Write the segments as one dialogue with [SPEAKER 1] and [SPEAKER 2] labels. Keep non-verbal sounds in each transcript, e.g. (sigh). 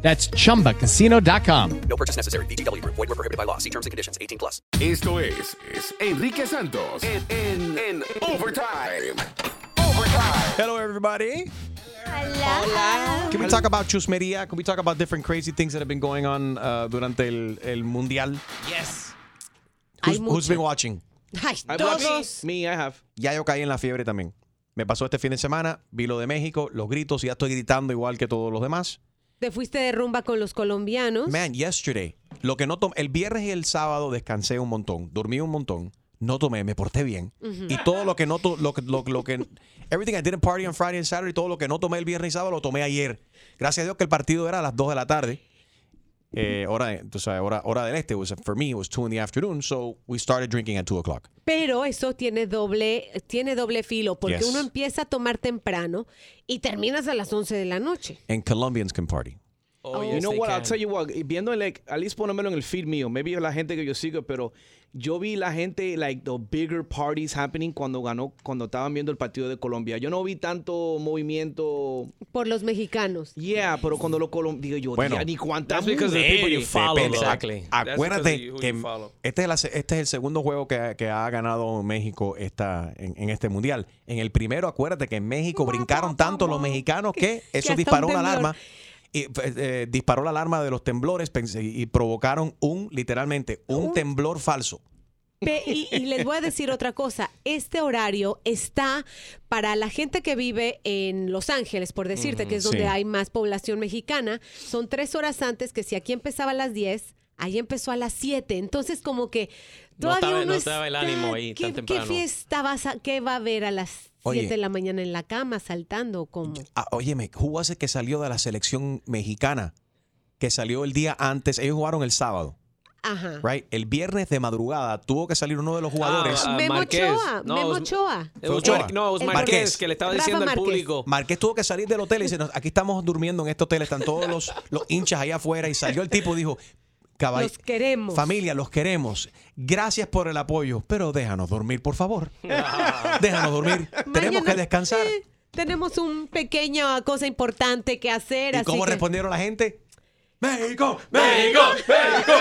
[SPEAKER 1] That's chumbacasino.com.
[SPEAKER 2] No purchase necessary. BGW. Void were prohibited by law. See terms and conditions. 18 plus.
[SPEAKER 3] Esto es, es Enrique Santos en, en- en Overtime. Overtime.
[SPEAKER 4] Hello, everybody.
[SPEAKER 5] Hola.
[SPEAKER 4] Can we talk about chusmería? Can we talk about different crazy things that have been going on uh, durante el, el mundial?
[SPEAKER 5] Hay
[SPEAKER 4] Who's, who's
[SPEAKER 5] mucho.
[SPEAKER 4] been watching?
[SPEAKER 5] Ay, todos.
[SPEAKER 6] Me, I have.
[SPEAKER 4] Ya yo caí en la fiebre también. Me pasó este fin de semana, vi lo de México, los gritos, y ya estoy gritando igual que todos los demás.
[SPEAKER 5] Te fuiste de rumba con los colombianos.
[SPEAKER 4] Man, yesterday, lo que no tomé, el viernes y el sábado descansé un montón, dormí un montón, no tomé, me porté bien. Y todo lo que no to- lo, que- lo, lo que, everything I didn't party on Friday and Saturday, todo lo que no tomé el viernes y sábado lo tomé ayer. Gracias a Dios que el partido era a las 2 de la tarde. Eh, hora, de- tú sabes, hora, hora del este, was, for me it was 2 in the afternoon, so we started drinking at 2 o'clock.
[SPEAKER 5] Pero eso tiene doble, tiene doble filo, porque
[SPEAKER 4] Yes.
[SPEAKER 5] uno empieza a tomar temprano y terminas a las 11 de la noche.
[SPEAKER 4] And Colombians can party. Oh,
[SPEAKER 6] you know what? I'll tell you what. Viendo, like, at least ponérmelo en el feed mío. Maybe la gente que yo sigo, pero yo vi la gente, like, the bigger parties happening cuando ganó, cuando estaban viendo el partido de Colombia. Yo no vi tanto movimiento.
[SPEAKER 5] Por los mexicanos.
[SPEAKER 6] Yeah, pero cuando lo Colombia, digo yo,
[SPEAKER 4] Bueno.
[SPEAKER 6] "Tía, ni cuánta
[SPEAKER 7] That's because of the people you
[SPEAKER 6] mujer".
[SPEAKER 7] follow.
[SPEAKER 4] Depende.
[SPEAKER 7] though. That's because
[SPEAKER 4] Acuérdate
[SPEAKER 7] of who
[SPEAKER 4] que
[SPEAKER 7] you follow.
[SPEAKER 4] este es, la se- este es el segundo juego que, ha- que ha ganado México esta, en, en este mundial. En el primero, acuérdate que en México brincaron tanto los mexicanos que
[SPEAKER 5] (laughs) que
[SPEAKER 4] eso
[SPEAKER 5] hasta
[SPEAKER 4] disparó
[SPEAKER 5] un
[SPEAKER 4] una
[SPEAKER 5] temblor.
[SPEAKER 4] alarma. Y, eh, eh, disparó la alarma de los temblores pens- y provocaron un, literalmente, un temblor falso.
[SPEAKER 5] Pe- y, y les voy a decir otra cosa. Este horario está para la gente que vive en Los Ángeles, por decirte, que es donde
[SPEAKER 4] sí.
[SPEAKER 5] hay más población mexicana. Son tres horas antes que si aquí empezaba a las 10, ahí empezó a las 7. Entonces, como que
[SPEAKER 7] No
[SPEAKER 5] todavía
[SPEAKER 7] estaba-
[SPEAKER 5] uno
[SPEAKER 7] no estaba el
[SPEAKER 5] está-
[SPEAKER 7] ánimo ahí
[SPEAKER 5] ¿qué,
[SPEAKER 7] tan
[SPEAKER 5] qué
[SPEAKER 7] temprano.
[SPEAKER 5] fiesta vas a, qué va a haber a las
[SPEAKER 4] Oye.
[SPEAKER 5] 7 de la mañana en la cama saltando? como
[SPEAKER 4] Ah, óyeme, who was it que salió de la selección mexicana? Que salió el día antes. Ellos jugaron el sábado,
[SPEAKER 5] Ajá.
[SPEAKER 4] right? El viernes de madura madrugada tuvo que salir uno de los jugadores.
[SPEAKER 7] Ah,
[SPEAKER 5] Memo
[SPEAKER 7] Marquez.
[SPEAKER 5] Ochoa,
[SPEAKER 7] No,
[SPEAKER 5] Memo
[SPEAKER 7] it was-
[SPEAKER 5] Ochoa.
[SPEAKER 7] It was
[SPEAKER 4] Ochoa.
[SPEAKER 7] Mar- no, it was
[SPEAKER 5] El
[SPEAKER 7] Marquez,
[SPEAKER 4] Marquez.
[SPEAKER 7] que le estaba
[SPEAKER 5] Rafa
[SPEAKER 7] diciendo al
[SPEAKER 5] Márquez.
[SPEAKER 7] público.
[SPEAKER 4] Marqués tuvo que salir del hotel y dice, "No, aquí estamos durmiendo en este hotel, están todos
[SPEAKER 5] (laughs)
[SPEAKER 4] los, los hinchas allá afuera. Y salió el tipo y dijo, "Caball-
[SPEAKER 5] Los queremos.
[SPEAKER 4] Familia, los queremos. Gracias por el apoyo, pero déjanos dormir, por
[SPEAKER 5] (laughs)
[SPEAKER 4] favor. déjanos dormir. Tenemos
[SPEAKER 5] Ah. Mañana-
[SPEAKER 4] que descansar.
[SPEAKER 5] Sí, tenemos un pequeña cosa importante que hacer.
[SPEAKER 4] ¿Y
[SPEAKER 5] así
[SPEAKER 4] cómo
[SPEAKER 5] que-
[SPEAKER 4] respondieron la gente? México,
[SPEAKER 7] México, México.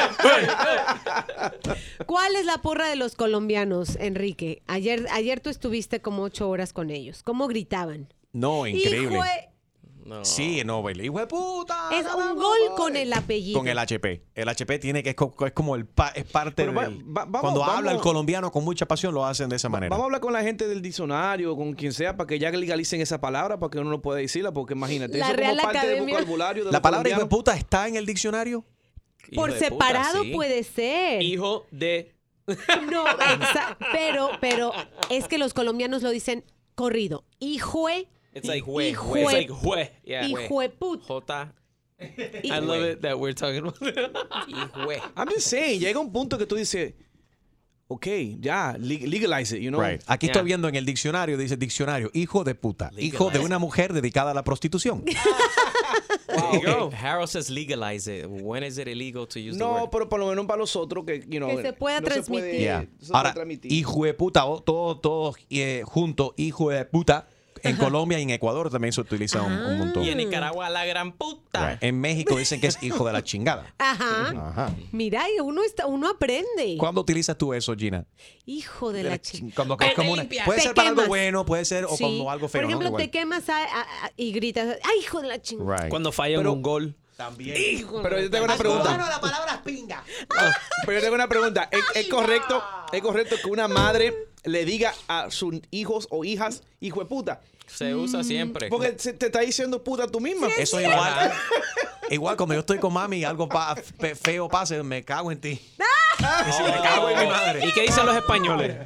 [SPEAKER 5] ¿Cuál es la porra de los colombianos, Enrique? Ayer, ayer tú estuviste como ocho horas con ellos. ¿Cómo gritaban?
[SPEAKER 4] No, increíble.
[SPEAKER 5] Hijo de-
[SPEAKER 4] Sí, no, baile. Hijo de puta.
[SPEAKER 5] es un gol con el apellido.
[SPEAKER 4] Con el HP. El HP tiene que es co- es como el pa- es parte
[SPEAKER 6] Pero va-
[SPEAKER 4] del-
[SPEAKER 6] va- vamos-
[SPEAKER 4] cuando habla
[SPEAKER 6] vamos-
[SPEAKER 4] el colombiano con mucha pasión lo hacen de esa manera.
[SPEAKER 6] Vamos a hablar con la gente del diccionario, con quien sea, para que ya legalicen esa palabra, para que uno no pueda decirla, porque imagínate,
[SPEAKER 5] La
[SPEAKER 6] eso
[SPEAKER 5] Real
[SPEAKER 6] como parte
[SPEAKER 5] Academia.
[SPEAKER 6] del vocabulario de
[SPEAKER 4] la
[SPEAKER 6] los
[SPEAKER 4] palabra hijo de
[SPEAKER 6] colombianos.
[SPEAKER 4] puta está en el diccionario.
[SPEAKER 5] Por
[SPEAKER 7] Hijo de puta,
[SPEAKER 5] separado
[SPEAKER 7] sí.
[SPEAKER 5] puede ser.
[SPEAKER 7] Hijo de.
[SPEAKER 5] (laughs) No, exa- pero, pero es que los colombianos lo dicen corrido. Hijue,
[SPEAKER 7] It's like hue.
[SPEAKER 5] Hijo
[SPEAKER 7] It's
[SPEAKER 5] de-
[SPEAKER 7] like hue. Yeah.
[SPEAKER 5] hijueput.
[SPEAKER 7] Jota.
[SPEAKER 5] Y-
[SPEAKER 7] I love it that we're talking about. (laughs) Hijue.
[SPEAKER 6] I'm just saying, llega un punto que tú dices, ok, ya, le- legalize it, you know?
[SPEAKER 4] Right. Aquí
[SPEAKER 7] Yeah.
[SPEAKER 4] estoy viendo en el diccionario, dice diccionario, hijo de puta, hijo de
[SPEAKER 7] Legalize.
[SPEAKER 4] una mujer dedicada a la prostitución.
[SPEAKER 7] There you go. Harold says legalize it. When is it illegal to use the
[SPEAKER 6] No,
[SPEAKER 7] word?
[SPEAKER 6] pero por lo menos para los otros que, you know,
[SPEAKER 5] Que se pueda
[SPEAKER 6] no
[SPEAKER 5] transmitir.
[SPEAKER 4] Yeah.
[SPEAKER 6] no se puede
[SPEAKER 4] Ahora,
[SPEAKER 6] transmitir.
[SPEAKER 4] hijo de puta, o- todos todos eh, juntos, hijo de puta. En Colombia y en Ecuador también se utiliza un, un montón.
[SPEAKER 5] Mm.
[SPEAKER 7] Y en Nicaragua, la gran puta.
[SPEAKER 4] Right. En México dicen que es hijo de la chingada.
[SPEAKER 5] Ajá.
[SPEAKER 4] Ajá.
[SPEAKER 5] Mira, y uno, está, uno aprende.
[SPEAKER 4] ¿Cuándo utilizas tú eso, Gina?
[SPEAKER 5] Hijo de, la chica.
[SPEAKER 4] Cuando que es como una- puede
[SPEAKER 5] Te
[SPEAKER 4] ser para
[SPEAKER 5] quemas.
[SPEAKER 4] algo bueno, puede ser o como algo feo. ¿no?
[SPEAKER 5] Por ejemplo,
[SPEAKER 4] Igual.
[SPEAKER 5] te quemas a- a- a- y gritas, ¡ay, hijo de la chingada!
[SPEAKER 4] Right.
[SPEAKER 7] Cuando falla un gol.
[SPEAKER 6] Pero yo tengo una pregunta. Pero yo tengo una pregunta. ¿Es, es correcto, ¿Es correcto que una madre le diga a sus hijos o hijas, hijo de puta?
[SPEAKER 7] Se
[SPEAKER 5] Mm.
[SPEAKER 7] usa siempre.
[SPEAKER 6] Porque se- te está diciendo puta tú misma.
[SPEAKER 4] Eso es igual. igual cuando yo estoy con mami y algo pa- fe- feo pase, me cago en ti. Y si me cago en mi madre.
[SPEAKER 7] ¿Y qué dicen los españoles?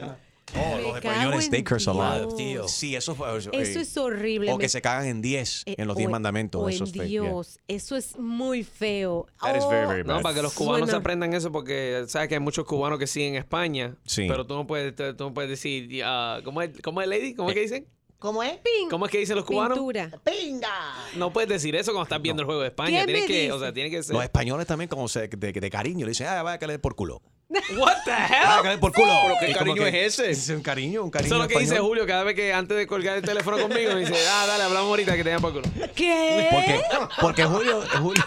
[SPEAKER 4] Oh, los
[SPEAKER 5] Me cago
[SPEAKER 4] United States
[SPEAKER 5] en
[SPEAKER 4] curse a lot.
[SPEAKER 5] Dios.
[SPEAKER 7] Tío.
[SPEAKER 4] Sí, eso fue.
[SPEAKER 5] Eso
[SPEAKER 4] eh,
[SPEAKER 5] es horrible.
[SPEAKER 4] O
[SPEAKER 5] me-
[SPEAKER 4] que se cagan en 10
[SPEAKER 5] eh,
[SPEAKER 4] en los
[SPEAKER 5] o
[SPEAKER 4] 10 mandamientos.
[SPEAKER 5] o
[SPEAKER 4] eso es
[SPEAKER 5] en
[SPEAKER 4] fake, yeah.
[SPEAKER 5] Dios, eso es muy feo.
[SPEAKER 8] That is very, very
[SPEAKER 5] Oh,
[SPEAKER 8] bad.
[SPEAKER 5] no,
[SPEAKER 8] No,
[SPEAKER 7] para que los cubanos
[SPEAKER 5] Suena-
[SPEAKER 7] aprendan eso porque sabes que hay muchos cubanos que siguen en España.
[SPEAKER 4] Sí.
[SPEAKER 7] Pero tú no puedes, tú no puedes decir, ah, ¿cómo, es, ¿cómo es, Lady? ¿Cómo es
[SPEAKER 4] Eh,
[SPEAKER 7] que dicen?
[SPEAKER 9] ¿Cómo es?
[SPEAKER 5] Pin,
[SPEAKER 7] ¿Cómo es que dicen los cubanos?
[SPEAKER 5] pintura.
[SPEAKER 9] ¡Pinga!
[SPEAKER 7] No puedes decir eso cuando estás viendo el juego de España.
[SPEAKER 5] ¿Qué
[SPEAKER 7] Tienes
[SPEAKER 5] me
[SPEAKER 7] que, o
[SPEAKER 5] dices?
[SPEAKER 7] sea, tiene que ser.
[SPEAKER 4] Los españoles también, como se, de, de cariño, le dicen, ah, vaya a caer por culo.
[SPEAKER 7] What the
[SPEAKER 4] Vaya a
[SPEAKER 7] hell?
[SPEAKER 4] caer Ah, por culo.
[SPEAKER 6] Pero qué
[SPEAKER 4] Y como
[SPEAKER 6] cariño
[SPEAKER 4] que-
[SPEAKER 6] es ese.
[SPEAKER 4] Es un cariño, un cariño.
[SPEAKER 7] Eso es lo que dice
[SPEAKER 4] español.
[SPEAKER 7] Julio cada vez que antes de colgar el teléfono conmigo. Me dice, ah, dale, hablamos ahorita que te llaman para culo.
[SPEAKER 5] ¿Qué?
[SPEAKER 4] Porque, porque Julio, Julio,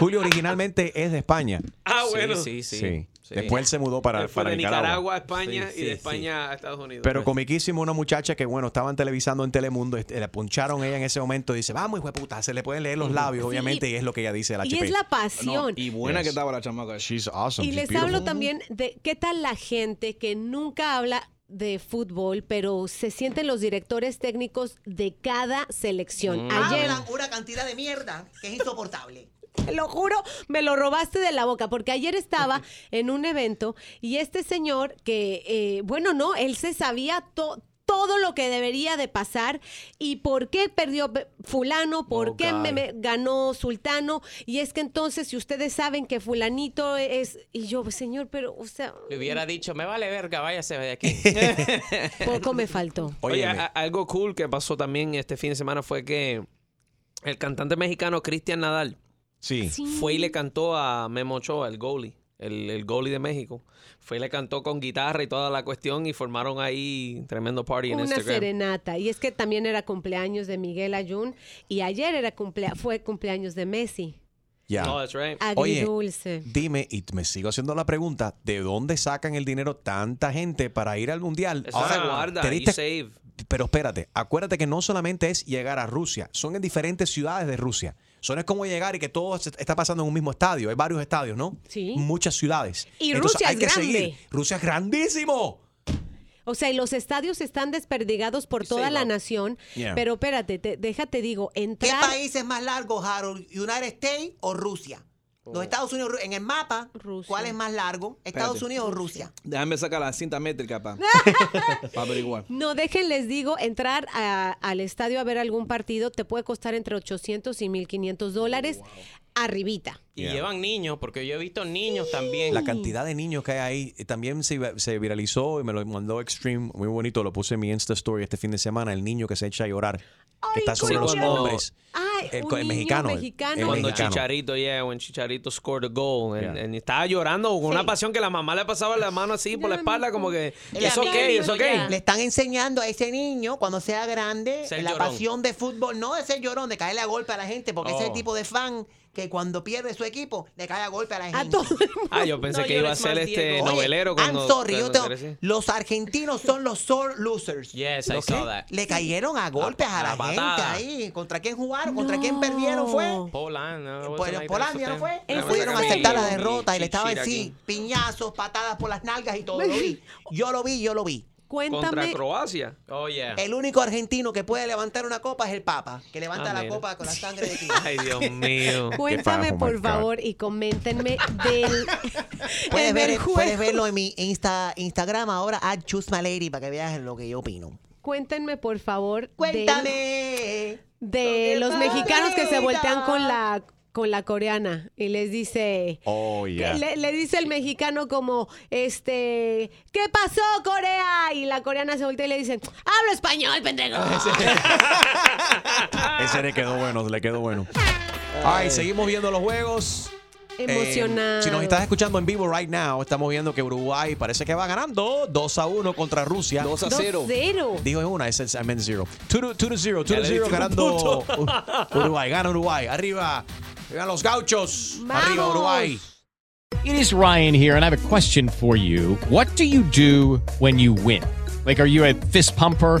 [SPEAKER 4] Julio originalmente es de España.
[SPEAKER 7] Ah,
[SPEAKER 8] Sí,
[SPEAKER 7] bueno.
[SPEAKER 8] sí, sí, sí.
[SPEAKER 4] Después él se mudó para,
[SPEAKER 7] Él fue
[SPEAKER 4] para
[SPEAKER 7] de
[SPEAKER 4] Nicaragua.
[SPEAKER 7] Nicaragua a España
[SPEAKER 8] Sí,
[SPEAKER 7] y de
[SPEAKER 8] sí,
[SPEAKER 7] España a Estados Unidos.
[SPEAKER 4] Pero comiquísimo una muchacha que, bueno, estaban televisando en Telemundo, este, la puncharon ella en ese momento y dice, vamos, hijo de puta, se le pueden leer los labios, obviamente, y es lo que ella dice de la
[SPEAKER 5] Y es la pasión.
[SPEAKER 6] Y buena que estaba la chamaca.
[SPEAKER 4] She's awesome.
[SPEAKER 5] Y les
[SPEAKER 4] Oh.
[SPEAKER 5] hablo también de qué tal la gente que nunca habla de fútbol, pero se sienten los directores técnicos de cada
[SPEAKER 4] Mm.
[SPEAKER 5] selección. Ayer,
[SPEAKER 9] Hablan Ah, una cantidad de mierda que es
[SPEAKER 5] (laughs)
[SPEAKER 9] insoportable.
[SPEAKER 5] te lo juro, me lo robaste de la boca, porque ayer
[SPEAKER 7] (laughs)
[SPEAKER 5] estaba en un evento y este señor que, eh, bueno, no, él se sabía to- todo lo que debería de pasar y por qué perdió pe- fulano, por
[SPEAKER 7] Oh,
[SPEAKER 5] qué me-
[SPEAKER 7] God.
[SPEAKER 5] me ganó sultano y es que entonces si ustedes saben que fulanito es y yo señor pero o
[SPEAKER 7] (laughs)
[SPEAKER 5] sea
[SPEAKER 7] Le hubiera dicho, me vale verga, váyase de (laughs) aquí.
[SPEAKER 5] poco me faltó.
[SPEAKER 7] Oye, ah,
[SPEAKER 4] Óyeme.
[SPEAKER 7] a- algo cool que pasó también este fin de semana fue que el cantante mexicano Cristian Nadal
[SPEAKER 4] Sí.
[SPEAKER 7] fue y le cantó a Memo Ochoa, el goalie, el, el goalie de México. Fue y le cantó con guitarra y toda la cuestión y formaron ahí tremendo party en
[SPEAKER 5] Una
[SPEAKER 7] Instagram.
[SPEAKER 5] serenata. Y es que también era cumpleaños de Miguel Ayun y ayer era cumplea- fue cumpleaños de Messi.
[SPEAKER 4] ya.
[SPEAKER 7] No, that's right.
[SPEAKER 9] Ah,
[SPEAKER 4] Oye,
[SPEAKER 5] Agridulce.
[SPEAKER 4] Dime, y me sigo haciendo la pregunta, ¿de dónde sacan el dinero tanta gente para ir al mundial?
[SPEAKER 7] Eso se guarda,
[SPEAKER 4] ¿te
[SPEAKER 7] you
[SPEAKER 4] diste-
[SPEAKER 7] save.
[SPEAKER 4] pero espérate, acuérdate que no solamente es llegar a Rusia, son en diferentes ciudades de Rusia. Eso no es como llegar y que todo se- está pasando en un mismo estadio. Hay varios estadios, ¿no?
[SPEAKER 5] Sí.
[SPEAKER 4] Muchas ciudades.
[SPEAKER 5] Y Rusia
[SPEAKER 4] hay
[SPEAKER 5] es
[SPEAKER 4] que
[SPEAKER 5] grande.
[SPEAKER 4] seguir. Rusia es grandísimo.
[SPEAKER 5] O sea, y los estadios están desperdigados por toda la nación.
[SPEAKER 4] Yeah.
[SPEAKER 5] Pero espérate, te- déjate digo,
[SPEAKER 9] ¿Qué
[SPEAKER 5] entrar
[SPEAKER 9] país es más largo, Harold? ¿United States o Rusia?
[SPEAKER 7] Oh.
[SPEAKER 9] Los Estados Unidos, Ru- en el mapa,
[SPEAKER 5] Rusia.
[SPEAKER 9] ¿cuál es más largo? ¿Estados
[SPEAKER 6] Espérate.
[SPEAKER 9] Unidos o Rusia?
[SPEAKER 6] Déjame sacar la cinta métrica
[SPEAKER 9] (laughs)
[SPEAKER 6] para averiguar.
[SPEAKER 5] No, déjenles digo, entrar a- al estadio a ver algún partido te puede costar entre 800 y 1500 dólares
[SPEAKER 9] Oh,
[SPEAKER 5] arribita.
[SPEAKER 7] Y llevan niños, porque yo he visto niños también.
[SPEAKER 4] La cantidad de niños que hay ahí eh, también se, vi- se viralizó y me lo mandó Extreme. Muy bonito, lo puse en mi Insta Story este fin de semana. El niño que se echa a llorar. que está sobre
[SPEAKER 5] coño.
[SPEAKER 4] los hombres.
[SPEAKER 5] Ay,
[SPEAKER 4] el,
[SPEAKER 5] un
[SPEAKER 4] co- el
[SPEAKER 5] niño
[SPEAKER 4] mexicano. el-
[SPEAKER 5] mexicano.
[SPEAKER 4] el
[SPEAKER 7] Cuando
[SPEAKER 4] mexicano.
[SPEAKER 7] Chicharito, yeah, when Chicharito scored a goal. and- and estaba llorando con una pasión que la mamá le pasaba la mano así por la
[SPEAKER 5] Ya,
[SPEAKER 7] espalda,
[SPEAKER 5] mijo.
[SPEAKER 7] como que,
[SPEAKER 9] Ya,
[SPEAKER 7] es ok,
[SPEAKER 9] mijo,
[SPEAKER 7] es
[SPEAKER 5] ya.
[SPEAKER 7] ok.
[SPEAKER 9] Le están enseñando a ese niño, cuando sea grande,
[SPEAKER 7] Ser
[SPEAKER 9] la
[SPEAKER 7] llorón.
[SPEAKER 9] pasión de fútbol, no de ser llorón, de caerle a golpe a la gente, porque ese es el
[SPEAKER 7] Oh.
[SPEAKER 9] tipo de fan que cuando pierde su equipo, le cae a golpe a la gente.
[SPEAKER 5] A todo el mundo.
[SPEAKER 7] Ah, yo pensé
[SPEAKER 8] No
[SPEAKER 7] que iba a
[SPEAKER 8] llores más,
[SPEAKER 7] ser este
[SPEAKER 8] Diego.
[SPEAKER 9] Oye,
[SPEAKER 7] novelero cuando.
[SPEAKER 9] I'm sorry, yo
[SPEAKER 7] cuando
[SPEAKER 9] tengo-
[SPEAKER 7] crece.
[SPEAKER 9] los argentinos son los sore losers.
[SPEAKER 7] Yes, I
[SPEAKER 9] ¿Los
[SPEAKER 7] saw
[SPEAKER 9] qué?
[SPEAKER 7] that.
[SPEAKER 9] Le cayeron a golpes a,
[SPEAKER 7] a
[SPEAKER 9] la
[SPEAKER 7] la
[SPEAKER 9] gente
[SPEAKER 7] patada.
[SPEAKER 9] ahí. ¿Contra quién jugaron? ¿Contra quién perdieron fue?
[SPEAKER 5] No.
[SPEAKER 7] Polandia, ¿no?
[SPEAKER 9] Pues, Polandia no fue.
[SPEAKER 5] Ese
[SPEAKER 9] No pudieron
[SPEAKER 5] fue.
[SPEAKER 9] aceptar la
[SPEAKER 5] Sí,
[SPEAKER 9] derrota y le estaban
[SPEAKER 7] así
[SPEAKER 9] así, piñazos, patadas por las nalgas y todo. Lo vi. Yo lo vi, yo lo vi.
[SPEAKER 5] Cuéntame.
[SPEAKER 7] Contra Croacia. Oh, yeah.
[SPEAKER 9] El único argentino que puede levantar una copa es el Papa, que levanta
[SPEAKER 7] Ah,
[SPEAKER 9] la
[SPEAKER 7] mira. (laughs)
[SPEAKER 9] copa con la sangre de ti.
[SPEAKER 7] Ay, Dios mío.
[SPEAKER 5] Cuéntame,
[SPEAKER 4] Oh my
[SPEAKER 5] por
[SPEAKER 4] God.
[SPEAKER 5] favor, y coméntenme del.
[SPEAKER 9] (laughs)
[SPEAKER 5] (laughs) del
[SPEAKER 9] Puedes, ver,
[SPEAKER 5] juego.
[SPEAKER 9] puedes verlo en mi Insta, Instagram ahora, at Choose My Lady, para que veas lo que yo opino.
[SPEAKER 5] Cuéntenme, por favor, del-
[SPEAKER 9] Cuéntame.
[SPEAKER 5] de,
[SPEAKER 9] Lo
[SPEAKER 5] los
[SPEAKER 9] que
[SPEAKER 5] mexicanos que se
[SPEAKER 9] falta.
[SPEAKER 5] voltean con la con la coreana y les dice.
[SPEAKER 4] Oh, yeah.
[SPEAKER 5] (laughs) Le, le dice el mexicano como, este, ¿qué pasó Corea? Y la coreana se voltea y le dice, hablo español, pendejo.
[SPEAKER 4] Ese le quedó bueno, le quedó bueno. Ay, seguimos viendo los juegos.
[SPEAKER 5] Emocionado.
[SPEAKER 4] Eh, si nos estás escuchando en vivo right now, estamos viendo que Uruguay parece que va ganando 2 a 1 contra Rusia.
[SPEAKER 6] 2 a 0.
[SPEAKER 5] 2-0.
[SPEAKER 4] Digo en una, es el I meant zero. 2 to 0, 2 to 0 ganando Uruguay, gana Uruguay. Arriba, arriba los gauchos. Arriba
[SPEAKER 5] Vamos.
[SPEAKER 4] Uruguay.
[SPEAKER 1] It is Ryan here, and I have a question for you. What do you do when you win? Like, are you a fist pumper?